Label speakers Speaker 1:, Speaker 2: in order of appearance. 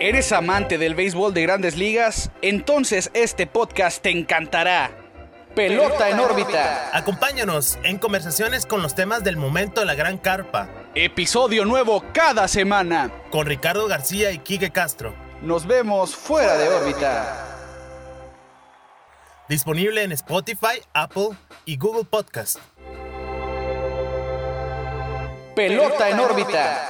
Speaker 1: ¿Eres amante del béisbol de grandes ligas? Entonces este podcast te encantará. Pelota en órbita.
Speaker 2: Acompáñanos en conversaciones con los temas del momento de la gran carpa,
Speaker 1: Episodio nuevo cada semana.
Speaker 2: con Ricardo García y Quique Castro.
Speaker 1: Nos vemos fuera de órbita.
Speaker 2: Disponible en Spotify, Apple y Google Podcast.
Speaker 1: Pelota en órbita.